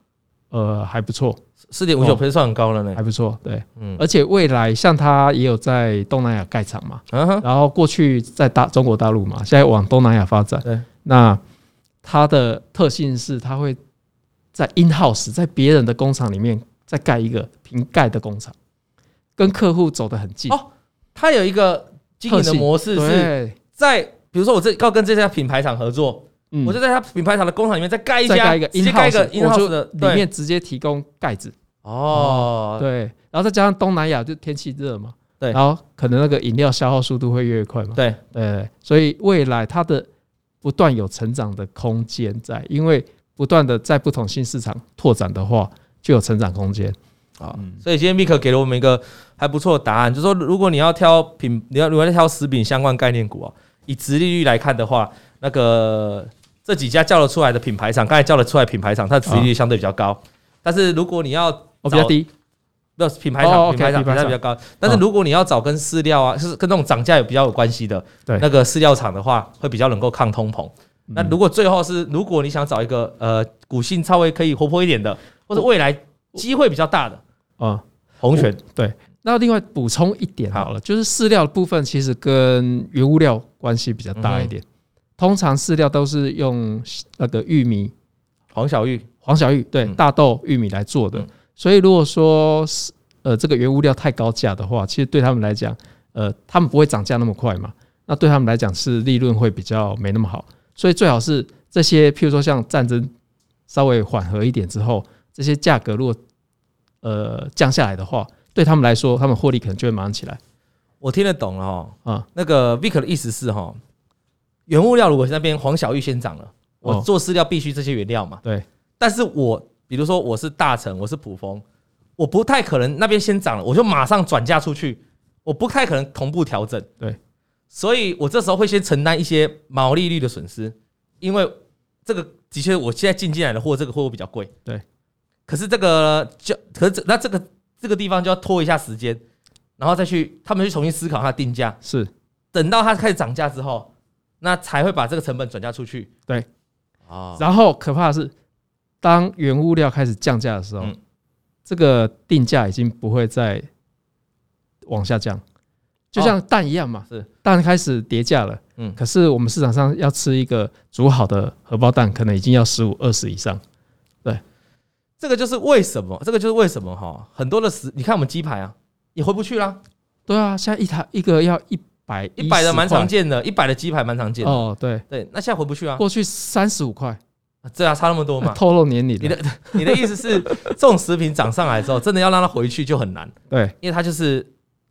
Speaker 2: 呃还不错，
Speaker 1: 四点五九 percent 算很高了呢
Speaker 2: 哦还。不错，对，
Speaker 1: 嗯
Speaker 2: 而且未来像它也有在东南亚盖厂嘛，
Speaker 1: 嗯 [laughs] 哼，
Speaker 2: 然后过去在大中国大陆嘛，现在往东南亚发展。
Speaker 1: 对，
Speaker 2: 那它的特性是它会在 in house，在别人的工厂里面再盖一个瓶盖的工厂，跟客户走得很近。
Speaker 1: 哦它有一个经营
Speaker 2: 特
Speaker 1: 的
Speaker 2: 性
Speaker 1: 模式是
Speaker 2: 对，
Speaker 1: 在，比如说我这要跟这家品牌厂合作，
Speaker 2: 嗯
Speaker 1: 我就在它品牌厂的工厂里面再盖一
Speaker 2: 再
Speaker 1: 家，
Speaker 2: 盖一个
Speaker 1: 直
Speaker 2: in
Speaker 1: 接盖一
Speaker 2: house，
Speaker 1: 个 in house 的
Speaker 2: 里
Speaker 1: 对
Speaker 2: 面直接提供盖子。
Speaker 1: 哦，
Speaker 2: 对，然后再加上东南亚就天气热嘛，
Speaker 1: 对
Speaker 2: 然后可能那个饮料消耗速度会越快嘛。
Speaker 1: 对，
Speaker 2: 对，所以未来它的不断有成长的空间在，因为不断的在不同新市场拓展的话，就有成长空间。
Speaker 1: 啊，所以今天 Mik 给了我们一个还不错的答案，就是说如果你要挑品，你要如果要挑食品相关概念股啊，以殖利率来看的话，那个这几家叫得出来的品牌厂，刚才叫得出来品牌厂，它的殖利率相对比较高。但是如果你要
Speaker 2: 哦，比较低，
Speaker 1: 那品牌
Speaker 2: 哦
Speaker 1: 厂，
Speaker 2: ，OK，
Speaker 1: 品牌厂
Speaker 2: 品
Speaker 1: 品
Speaker 2: 牌
Speaker 1: 牌
Speaker 2: 厂
Speaker 1: 比较高，但是如果你要找跟饲料啊，是跟那种涨价有比较有关系的，
Speaker 2: 对
Speaker 1: 那个饲料厂的话，会比较能够抗通膨。那如果最后是，如果你想找一个呃股性稍微可以活泼一点的，或者未来机会比较大的
Speaker 2: 啊、
Speaker 1: 红泉，
Speaker 2: 对。那另外补充一点好了，就是饲料的部分其实跟原物料关系比较大一点。通常饲料都是用那个玉米、
Speaker 1: 黄小玉，
Speaker 2: 黄小玉对、
Speaker 1: 嗯
Speaker 2: 大豆、玉米来做的
Speaker 1: 嗯，
Speaker 2: 所以如果说是呃这个原物料太高价的话，其实对他们来讲，呃他们不会涨价那么快嘛，那对他们来讲是利润会比较没那么好，所以最好是这些譬如说像战争稍微缓和一点之后，这些价格如果呃降下来的话，对他们来说，他们获利可能就会马上起来
Speaker 1: 我听得懂了哈。
Speaker 2: 啊、
Speaker 1: 那个 Vic 的意思是哈，原物料如果是那边黄小玉先涨了，我
Speaker 2: 哦
Speaker 1: 做饲料必须这些原料嘛。
Speaker 2: 对，
Speaker 1: 但是我比如说我是大成，我是普丰，我不太可能那边先涨了，我就马上转嫁出去，我不太可能同步调整。
Speaker 2: 对，
Speaker 1: 所以我这时候会先承担一些毛利率的损失，因为这个的确我现在进进来的货，这个货物比较贵。
Speaker 2: 对，
Speaker 1: 可是这个就可是这那这个这个地方就要拖一下时间，然后再去他们去重新思考它的定价，
Speaker 2: 是
Speaker 1: 等到它开始涨价之后，那才会把这个成本转嫁出去。
Speaker 2: 对，
Speaker 1: 啊、
Speaker 2: 然后可怕的是，当原物料开始降价的时候，
Speaker 1: 嗯
Speaker 2: 这个定价已经不会再往下降，就像蛋一样嘛，
Speaker 1: 哦是
Speaker 2: 蛋开始跌价了。
Speaker 1: 嗯
Speaker 2: 可是我们市场上要吃一个煮好的荷包蛋，可能已经要十五、二十以上。
Speaker 1: 这个就是为什么，这个就是为什么哈，很多的食，你看我们鸡排啊，也回不去啦，
Speaker 2: 对啊，现在一台一个要一百
Speaker 1: 一百的蛮常见的，一百的鸡排蛮常见的，
Speaker 2: 哦，对，
Speaker 1: 对，那现在回不去啊，
Speaker 2: 过去三十五块，
Speaker 1: 对啊，差那么多嘛。
Speaker 2: 透露年龄
Speaker 1: 你
Speaker 2: 了
Speaker 1: 的你的意思是， [laughs] 这种食品涨上来之后，真的要让它回去就很难，
Speaker 2: 对
Speaker 1: 因为它就是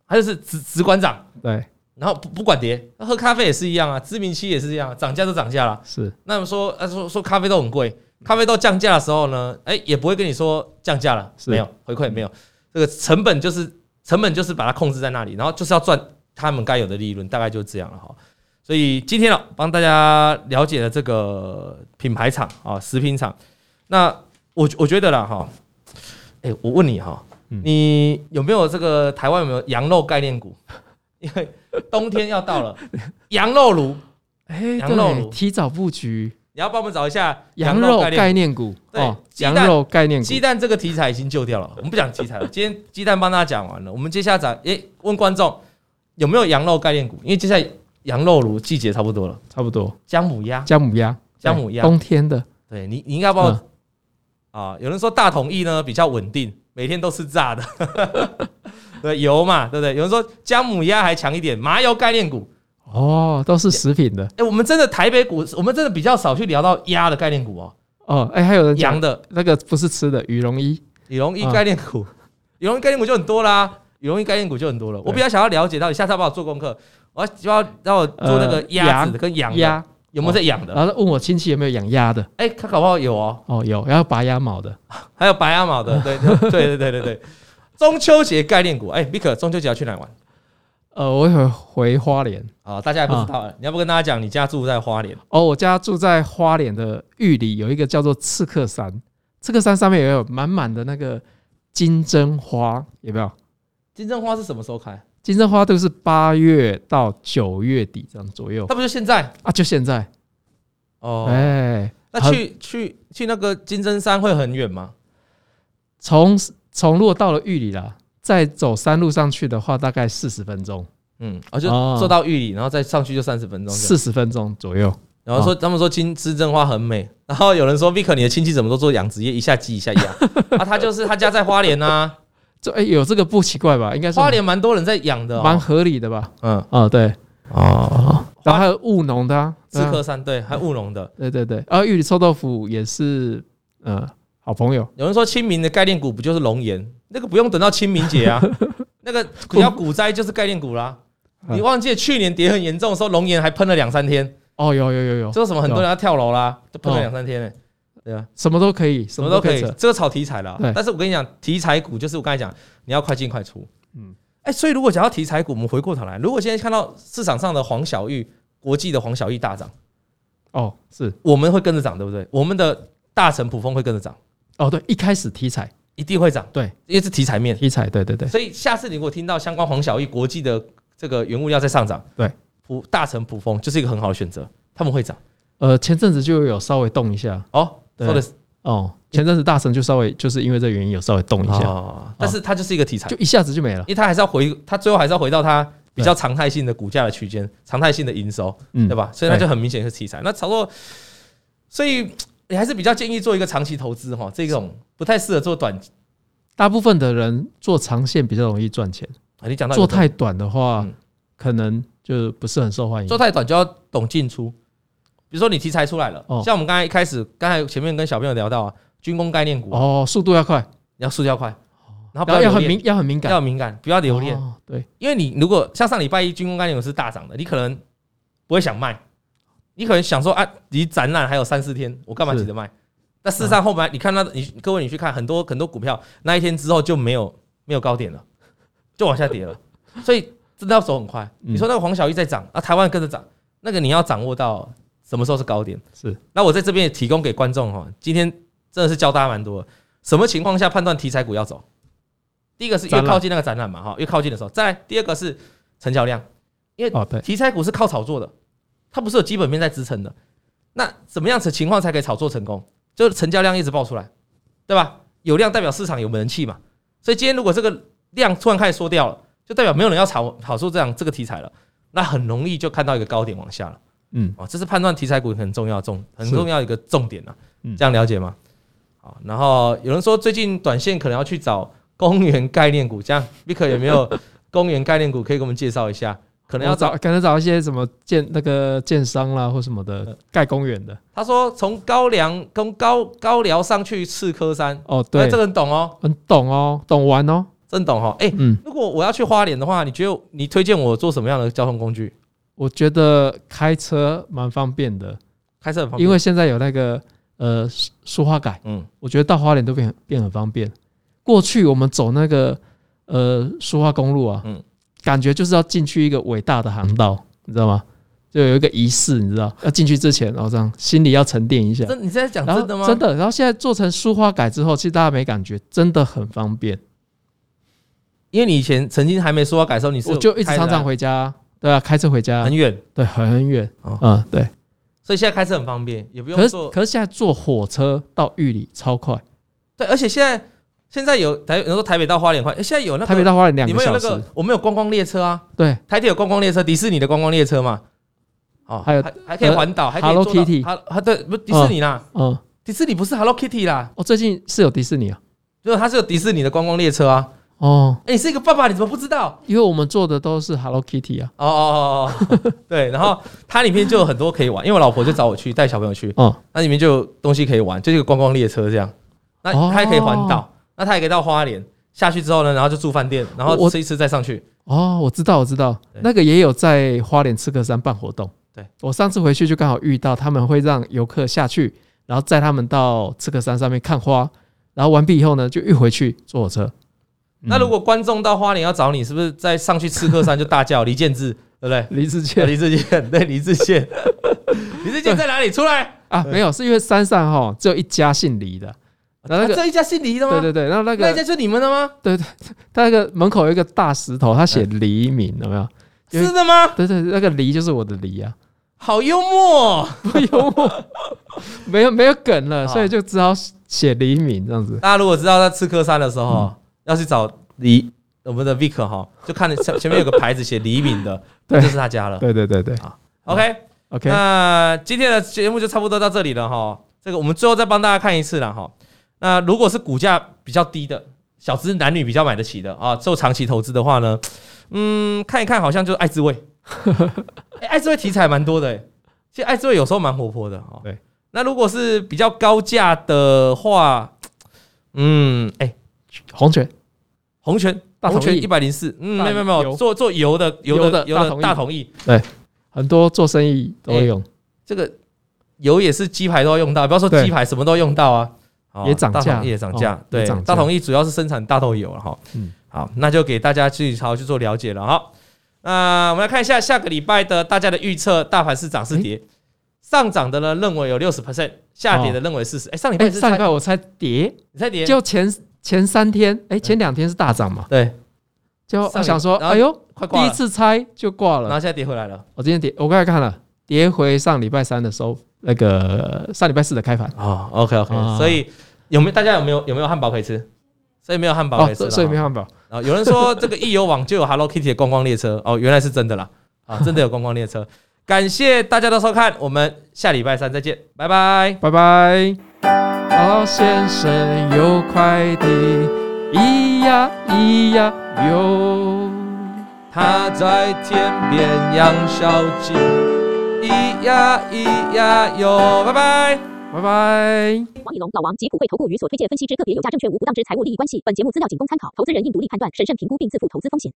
Speaker 1: 它就是只只管涨，
Speaker 2: 对
Speaker 1: 然后不不管跌。那喝咖啡也是一样啊，知名期也是一样啊，涨价就涨价了。
Speaker 2: 是
Speaker 1: 那么说，啊说说咖啡豆很贵，咖啡豆降价的时候呢，哎、也不会跟你说降价了，
Speaker 2: 是
Speaker 1: 没有回馈也没有，这个成本就是成本就是把它控制在那里，然后就是要赚他们该有的利润，大概就这样了哈。所以今天呢，帮大家了解了这个品牌厂啊，食品厂。那我我觉得啦哈，哎、我问你哈，
Speaker 2: 嗯
Speaker 1: 你有没有这个台湾有没有羊肉概念股？因为冬天要
Speaker 2: [laughs]
Speaker 1: 到了，羊肉炉，
Speaker 2: 哎，
Speaker 1: 羊肉
Speaker 2: 对
Speaker 1: 炉
Speaker 2: 提早布局
Speaker 1: 你要帮我们找一下
Speaker 2: 羊
Speaker 1: 肉概
Speaker 2: 肉
Speaker 1: 念股
Speaker 2: 概念股
Speaker 1: 对
Speaker 2: 哦，
Speaker 1: 鸡
Speaker 2: 羊
Speaker 1: 蛋
Speaker 2: 肉概念
Speaker 1: [laughs]
Speaker 2: 股
Speaker 1: 鸡蛋这个题材已经救掉了，我 [laughs] 们不讲题材了。今天鸡蛋帮大家讲完了，我们接下来诶、问观众有没有羊肉概念股？因为接下来羊肉炉季节差不多了，
Speaker 2: 差不多。
Speaker 1: 姜母鸭，
Speaker 2: 姜母鸭，
Speaker 1: 姜母鸭
Speaker 2: 对冬天的，
Speaker 1: 对你你应该帮我啊，有人说大统一呢比较稳定，每天都吃炸的， [laughs] 对油嘛，对不对？有人说姜母鸭还强一点，麻油概念股。
Speaker 2: 哦，都是食品的
Speaker 1: 哎、我们真的台北股，我们真的比较少去聊到鸭的概念股哦，
Speaker 2: 哦。哎，还有人
Speaker 1: 羊
Speaker 2: 讲
Speaker 1: 的
Speaker 2: 那个不是吃的羽绒衣，
Speaker 1: 羽绒衣
Speaker 2: 啊
Speaker 1: 概念股，羽绒衣概念股就很多啦，羽绒衣概念股就很多了。我比较想要了解到，你下次要帮我做功课，我要就要让我做那个
Speaker 2: 呃
Speaker 1: 鸭子的跟羊的
Speaker 2: 鸭，哦
Speaker 1: 有没有在养的？
Speaker 2: 然后问我亲戚有没有养鸭的，
Speaker 1: 哎、他搞不好有哦，
Speaker 2: 哦，有，然后拔鸭毛的，
Speaker 1: 还有白鸭毛
Speaker 2: 啊
Speaker 1: 的，对对对对对对。中秋节概念股，哎、m i k 中秋节要去哪玩？
Speaker 2: 呃，我一会儿回花莲。
Speaker 1: 啊，大家也不知道、你要不跟大家讲，你家住在花莲
Speaker 2: 哦，我家住在花莲的玉里，有一个叫做刺客山，刺客山上面也有满满的那个金针花，有没有？
Speaker 1: 金针花是什么时候开？
Speaker 2: 金针花都是八月到九月底这样左右
Speaker 1: 那不就现在？
Speaker 2: 啊，就现在，
Speaker 1: 哦，
Speaker 2: 哎，
Speaker 1: 那去去去那个金针山会很远吗？
Speaker 2: 从从如果到了玉里啦，再走山路上去的话，大概四十分钟，
Speaker 1: 嗯，啊，就
Speaker 2: 哦
Speaker 1: 坐到玉里，然后再上去就三十分钟。
Speaker 2: 四十分钟左右。
Speaker 1: 然后说他们说金金针花很美，然后有人说 Vick 你的亲戚怎么都做养殖业，一下鸡一下
Speaker 2: [laughs]
Speaker 1: 鸭啊，他就是他家在花莲呐、
Speaker 2: 这哎、有这个不奇怪吧？应该是
Speaker 1: 花莲蛮多人在养的、
Speaker 2: 蛮
Speaker 1: 哦，
Speaker 2: 合理的吧？
Speaker 1: 嗯
Speaker 2: 哦，对，啊
Speaker 1: 哦，
Speaker 2: 然后还有务农的、啊，对
Speaker 1: 刺
Speaker 2: 啊
Speaker 1: 客山对，还有务农的，
Speaker 2: 对对对，而玉里臭豆腐也是呃好朋友，
Speaker 1: 有人说清明的概念股不就是龙岩？那个不用等到清明节
Speaker 2: [laughs]
Speaker 1: 啊，那个只要股灾就是概念股啦。
Speaker 2: 嗯
Speaker 1: 你忘记去年跌很严重的时候，龙岩还喷了两三天，
Speaker 2: 哦，有有有有，
Speaker 1: 这为什么很多人要跳楼啦？都喷了
Speaker 2: 哦
Speaker 1: 两三天呢、对啊吧？
Speaker 2: 什么都可以，
Speaker 1: 什
Speaker 2: 什
Speaker 1: 么都可以
Speaker 2: 扯，
Speaker 1: 这个炒题材啦
Speaker 2: 对。
Speaker 1: 但是我跟你讲，题材股就是我刚才讲，你要快进快出。嗯
Speaker 2: 嗯，
Speaker 1: 哎、所以如果讲到题材股，我们回过头来，如果现在看到市场上的黄小玉，国际的黄小玉大涨，
Speaker 2: 哦，是
Speaker 1: 我们会跟着涨，对不对？我们的大成普丰会跟着涨，
Speaker 2: 哦，对，一开始题材
Speaker 1: 一定会涨，
Speaker 2: 对，
Speaker 1: 因为是题材面。
Speaker 2: 题材，对对对，
Speaker 1: 所以下次你如果听到相关黄小玉国际的这个原物料在上涨，
Speaker 2: 对，
Speaker 1: 普大成普丰就是一个很好的选择，他们会涨。
Speaker 2: 呃，前阵子就有稍微动一下
Speaker 1: 哦，
Speaker 2: 对
Speaker 1: 说的是
Speaker 2: 哦，前阵子大神就稍微就是因为这个原因有稍微动一下，
Speaker 1: 哦，但是它就是一个题材
Speaker 2: 就。一下子就没了
Speaker 1: 因，为它还是要回，它最后还是要回到它比较常态性的股价的区间，常态性的营收，
Speaker 2: 嗯，
Speaker 1: 对？吧？所以它就很明显是题材。那炒作，所以你还是比较建议做一个长期投资哈，这种不太适合做短。
Speaker 2: 大部分的人做长线比较容易赚钱，
Speaker 1: 啊你讲到一个
Speaker 2: 做太短的话
Speaker 1: 嗯，
Speaker 2: 可能就不是很受欢迎
Speaker 1: 做。太短就要懂进出。比如说你题材出来了，
Speaker 2: 哦
Speaker 1: 像我们刚才一开始，刚才前面跟小朋友聊到啊，军工概念股、
Speaker 2: 哦，速度要快，
Speaker 1: 你要速度要快，然后不
Speaker 2: 然后要
Speaker 1: 要
Speaker 2: 很
Speaker 1: 留恋
Speaker 2: 敏，要很敏感
Speaker 1: 要，敏感，不要留恋，
Speaker 2: 哦，对，
Speaker 1: 因为你如果像上礼拜一军工概念股是大涨的，你可能不会想卖，你可能想说啊，离展览还有三四天，我干嘛急着卖？但事实上后面你看到你各位你去看很多很多股票那一天之后就没有没有高点了，就往下跌了，所以真的要走很快。
Speaker 2: 嗯
Speaker 1: 你说那个黄小玉在涨啊，台湾跟着涨，那个你要掌握到什么时候是高点？
Speaker 2: 是
Speaker 1: 那我在这边也提供给观众哈，今天真的是教大家蛮多的，什么情况下判断题材股要走？第一个是越
Speaker 2: 展览
Speaker 1: 靠近那个展览嘛哈，越靠近的时候；再来第二个是成交量，
Speaker 2: 哦，对，
Speaker 1: 题材股是靠炒作的，它不是有基本面在支撑的。那怎么样子情况才可以炒作成功？就是成交量一直爆出来，对吧？有量代表市场有人气嘛。所以今天如果这个量突然开始缩掉了，就代表没有人要炒炒作这样这个题材了，那很容易就看到一个高点往下了。
Speaker 2: 嗯，
Speaker 1: 哦，这是判断题材股很重要重很
Speaker 2: 是
Speaker 1: 重要一个重点啊，
Speaker 2: 嗯
Speaker 1: 这样了解吗？好，然后有人说最近短线可能要去找公园概念股，这样 Vick 有没
Speaker 2: [laughs]
Speaker 1: 有公园概念股可以给我们介绍一下？可能要
Speaker 2: 我
Speaker 1: 找
Speaker 2: 找，可能找一些什么建那个建商啦或什么的
Speaker 1: 嗯
Speaker 2: 盖公园的。
Speaker 1: 他说从高粱从高高粱上去赤科山，
Speaker 2: 哦，
Speaker 1: 哎，
Speaker 2: 对
Speaker 1: 这，个你懂哦，
Speaker 2: 很懂哦，懂玩哦。
Speaker 1: 真懂哦。哎，
Speaker 2: 嗯，
Speaker 1: 如果我要去花莲的话，你觉得你推荐我做什么样的交通工具？
Speaker 2: 我觉得开车蛮方便的，
Speaker 1: 开车很方便，
Speaker 2: 因为现在有那个呃苏苏花改，
Speaker 1: 嗯，
Speaker 2: 我觉得到花莲都变变很方便。过去我们走那个呃苏花公路啊，
Speaker 1: 嗯
Speaker 2: 感觉就是要进去一个伟大的航道，你知道吗？就有一个仪式，你知道，要进去之前，然后这样心里要沉淀一下。
Speaker 1: 真你现在讲
Speaker 2: 啊然后
Speaker 1: 真的吗？
Speaker 2: 真的，然后现在做成书花改之后，其实大家没感觉，真的很方便。
Speaker 1: 因为你以前曾经还没说要改的时候，你是
Speaker 2: 我就一直
Speaker 1: 开的啊
Speaker 2: 常常回家啊，对啊，开车回家啊
Speaker 1: 很，远，
Speaker 2: 对，很远
Speaker 1: 哦，
Speaker 2: 嗯，对。
Speaker 1: 所以现在开车很方便，也不
Speaker 2: 可
Speaker 1: 用
Speaker 2: 是
Speaker 1: 坐
Speaker 2: 可是现在坐火车到玉里超快，
Speaker 1: 对，而且现在现在有台，有人说台北到花莲快，诶现在有那个
Speaker 2: 台北到花莲两
Speaker 1: 你
Speaker 2: 个
Speaker 1: 们有
Speaker 2: 小
Speaker 1: 那
Speaker 2: 时
Speaker 1: 个，我们有观光列车啊，
Speaker 2: 对，
Speaker 1: 台铁有观光列车，迪士尼的观光列车嘛，哦，
Speaker 2: 还有呃
Speaker 1: 还还可以环岛，还可以
Speaker 2: Hello
Speaker 1: 做到
Speaker 2: Kitty
Speaker 1: 还还对不迪士尼啦，
Speaker 2: 嗯，
Speaker 1: 迪士尼不是 Hello Kitty 啦，
Speaker 2: 哦，最近是有迪士尼啊。
Speaker 1: 就是它是有迪士尼的观光列车啊。
Speaker 2: 哦，
Speaker 1: 哎，你是一个爸爸，你怎么不知道？
Speaker 2: 因为我们做的都是 Hello Kitty 啊。
Speaker 1: 哦哦哦
Speaker 2: [laughs]
Speaker 1: 哦，哦对，然后它里面就有很多可以玩，因为我老婆就找我去带小朋友去，
Speaker 2: 哦，
Speaker 1: 那里面就有东西可以玩，就是一个观光列车这样。那它还可以环岛，那它也可以到花莲下去之后呢，然后就住饭店，然后
Speaker 2: 我
Speaker 1: 吃一吃再上去。
Speaker 2: 哦，我知道，我知道，
Speaker 1: 对
Speaker 2: 那个也有在花莲刺客山办活动。
Speaker 1: 对，
Speaker 2: 我上次回去就刚好遇到，他们会让游客下去，然后载他们到刺客山上面看花，然后完毕以后呢，就一回去坐火车。嗯
Speaker 1: 那如果观众到花莲要找你，是不是再上去刺客山就大叫李建志，对不对？
Speaker 2: 林志
Speaker 1: 对
Speaker 2: 健
Speaker 1: 李志健，对李志健， [laughs] 李志健在哪里？出来！
Speaker 2: [laughs] 啊，没有，是因为山上哈只有一家姓黎的，然后那
Speaker 1: 啊
Speaker 2: 个
Speaker 1: 这一家姓李的吗？
Speaker 2: 对对对，然后那
Speaker 1: 那一
Speaker 2: 个
Speaker 1: 家就是你们的吗？
Speaker 2: [laughs] 他那个门口有一个大石头，他写黎明，有没有？有一
Speaker 1: 是的吗？
Speaker 2: 对对，那个黎就是我的黎啊，
Speaker 1: 好幽默哦！
Speaker 2: [laughs] 不幽默，哎没有没有梗了，
Speaker 1: 啊
Speaker 2: 所以就只好写黎明这样子。
Speaker 1: 大家如果知道在刺客山的时候，要去找李嗯我们的 Vic 哈，就看前前面有个牌子写李敏 [laughs] 的，那
Speaker 2: 对
Speaker 1: 就是他家了。
Speaker 2: 对对对对
Speaker 1: OK，
Speaker 2: ，OK，
Speaker 1: 那今天的节目就差不多到这里了哈。这个我们最后再帮大家看一次了哈。那如果是股价比较低的小资男女比较买得起的啊，做长期投资的话呢，嗯，看一看好像就是爱滋
Speaker 2: [laughs]
Speaker 1: 味，哎爱滋味题材蛮多的、欸，其实爱滋味有时候蛮活泼的哦。
Speaker 2: 对，
Speaker 1: 那如果是比较高价的话，嗯，哎、
Speaker 2: 红犬
Speaker 1: 红泉，
Speaker 2: 大
Speaker 1: 红
Speaker 2: 同
Speaker 1: 泉
Speaker 2: 意
Speaker 1: 一百零四，嗯，
Speaker 2: 大
Speaker 1: 没有没有没有，
Speaker 2: 油
Speaker 1: 做做油的油
Speaker 2: 油
Speaker 1: 的
Speaker 2: 的
Speaker 1: 油
Speaker 2: 大
Speaker 1: 的
Speaker 2: 同意
Speaker 1: 大同意，
Speaker 2: 很多做生意都会用，
Speaker 1: 这个油也是鸡排都要用到，不要说
Speaker 2: 对
Speaker 1: 鸡排什么都要用到啊，哦
Speaker 2: 也涨价
Speaker 1: 大同也涨价
Speaker 2: 哦，
Speaker 1: 对
Speaker 2: 也涨，价
Speaker 1: 大同一主要是生产大豆油了哈。
Speaker 2: 嗯
Speaker 1: 好，那就给大家去好好去做了解了哈。那我们来看一下下个礼拜的大家的预测，大盘是涨是跌？上涨的呢，认为有六十 percent，下跌的认为四十。哎，上礼拜
Speaker 2: 哎，
Speaker 1: 你是
Speaker 2: 上礼
Speaker 1: 猜
Speaker 2: 拜我猜跌，
Speaker 1: 你猜跌？
Speaker 2: 就前前三天，哎，前两天是大涨嘛，
Speaker 1: 对，
Speaker 2: 就
Speaker 1: 上礼
Speaker 2: 想说，
Speaker 1: 然后
Speaker 2: 哎呦，
Speaker 1: 快挂
Speaker 2: 第
Speaker 1: 了
Speaker 2: 一次猜就挂
Speaker 1: 然
Speaker 2: 了
Speaker 1: 后。现在跌回来了。
Speaker 2: 我今天跌，我刚才看了，跌回上礼拜三的时候，那个上礼拜四的开盘，
Speaker 1: 哦，OK OK，
Speaker 2: 啊
Speaker 1: 所以有没有大家有没有有没有汉堡可以吃？所以没有汉堡可
Speaker 2: 哦，
Speaker 1: 以吃了
Speaker 2: 所
Speaker 1: 哈，
Speaker 2: 所以没汉堡，
Speaker 1: 啊，有人说这个易游网就有 Hello Kitty 的观光列车哦，原来是真的啦 [laughs] 啊，真的有观光列车。感谢大家的收看，我们下礼拜三再见，拜拜。
Speaker 2: 拜拜。老先生有快递，咿呀咿呀哟，
Speaker 1: 他在天边养小鸡，咿呀咿呀哟，拜拜。
Speaker 2: 拜拜。
Speaker 4: 王以龙、老王及普惠投顾与所推荐分析之个别有价证券无不当之财务利益关系。本节目资料仅供参考，投资人应独立判断、审慎评估并自负投资风险。